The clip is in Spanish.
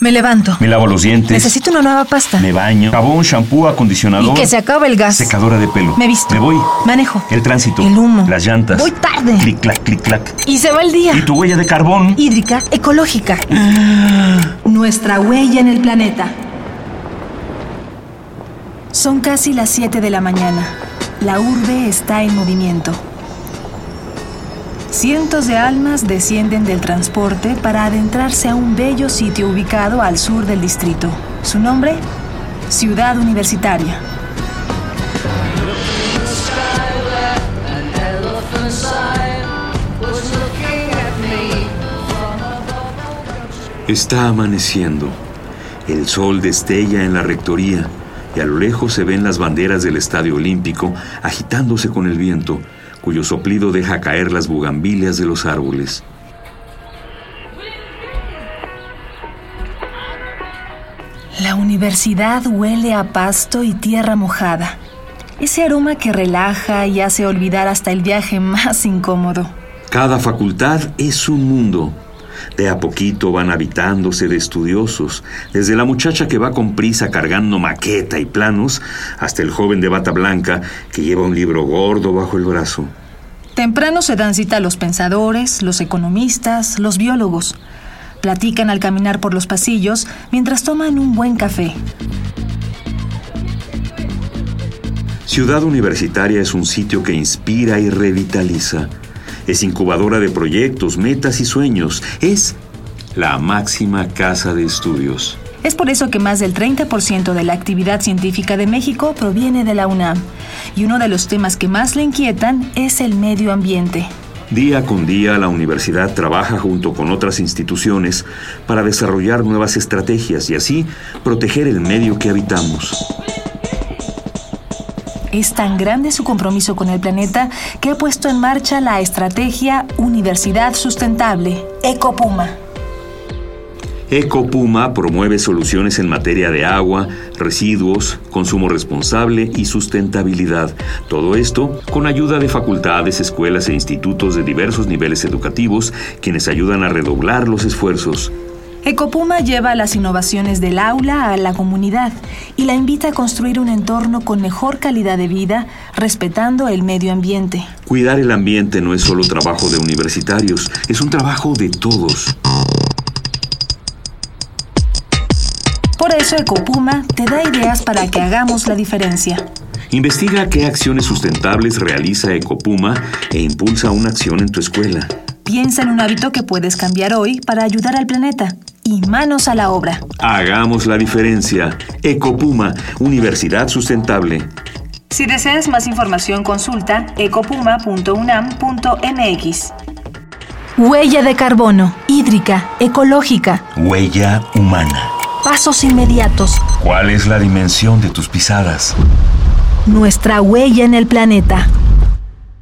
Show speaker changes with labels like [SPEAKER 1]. [SPEAKER 1] Me levanto.
[SPEAKER 2] Me lavo los dientes.
[SPEAKER 1] Necesito una nueva pasta.
[SPEAKER 2] Me baño. Jabón, shampoo, acondicionador.
[SPEAKER 1] Y que se acabe el gas.
[SPEAKER 2] Secadora de pelo.
[SPEAKER 1] Me visto.
[SPEAKER 2] Me voy.
[SPEAKER 1] Manejo.
[SPEAKER 2] El tránsito.
[SPEAKER 1] El humo.
[SPEAKER 2] Las llantas.
[SPEAKER 1] Voy tarde.
[SPEAKER 2] Clic, clac, clic, clac.
[SPEAKER 1] Y se va el día.
[SPEAKER 2] Y tu huella de carbón.
[SPEAKER 1] Hídrica, ecológica.
[SPEAKER 3] Nuestra huella en el planeta. Son casi las 7 de la mañana. La urbe está en movimiento. Cientos de almas descienden del transporte para adentrarse a un bello sitio ubicado al sur del distrito. Su nombre, Ciudad Universitaria.
[SPEAKER 4] Está amaneciendo. El sol destella en la rectoría y a lo lejos se ven las banderas del Estadio Olímpico agitándose con el viento, cuyo soplido deja caer las bugambilias de los árboles.
[SPEAKER 3] La universidad huele a pasto y tierra mojada. Ese aroma que relaja y hace olvidar hasta el viaje más incómodo.
[SPEAKER 4] Cada facultad es un mundo. De a poquito van habitándose de estudiosos, desde la muchacha que va con prisa cargando maqueta y planos, hasta el joven de bata blanca que lleva un libro gordo bajo el brazo.
[SPEAKER 3] Temprano se dan cita los pensadores, los economistas, los biólogos. Platican al caminar por los pasillos mientras toman un buen café.
[SPEAKER 4] Ciudad Universitaria es un sitio que inspira y revitaliza. Es incubadora de proyectos, metas y sueños. Es la máxima casa de estudios.
[SPEAKER 3] Es por eso que más del 30% de la actividad científica de México proviene de la UNAM. Y uno de los temas que más le inquietan es el medio ambiente.
[SPEAKER 4] Día con día la universidad trabaja junto con otras instituciones para desarrollar nuevas estrategias y así proteger el medio que habitamos.
[SPEAKER 3] Es tan grande su compromiso con el planeta que ha puesto en marcha la estrategia Universidad Sustentable, Ecopuma.
[SPEAKER 4] Ecopuma promueve soluciones en materia de agua, residuos, consumo responsable y sustentabilidad. Todo esto con ayuda de facultades, escuelas e institutos de diversos niveles educativos, quienes ayudan a redoblar los esfuerzos.
[SPEAKER 3] Ecopuma lleva las innovaciones del aula a la comunidad y la invita a construir un entorno con mejor calidad de vida, respetando el medio ambiente.
[SPEAKER 4] Cuidar el ambiente no es solo trabajo de universitarios, es un trabajo de todos.
[SPEAKER 3] Por eso Ecopuma te da ideas para que hagamos la diferencia.
[SPEAKER 4] Investiga qué acciones sustentables realiza Ecopuma e impulsa una acción en tu escuela.
[SPEAKER 3] Piensa en un hábito que puedes cambiar hoy para ayudar al planeta. Y manos a la obra.
[SPEAKER 4] Hagamos la diferencia. Ecopuma, Universidad Sustentable.
[SPEAKER 3] Si deseas más información, consulta ecopuma.unam.mx.
[SPEAKER 1] Huella de carbono, hídrica, ecológica,
[SPEAKER 2] Huella humana.
[SPEAKER 1] pasos inmediatos,
[SPEAKER 2] ¿Cuál es la dimensión de tus pisadas?
[SPEAKER 1] nuestra huella en el planeta.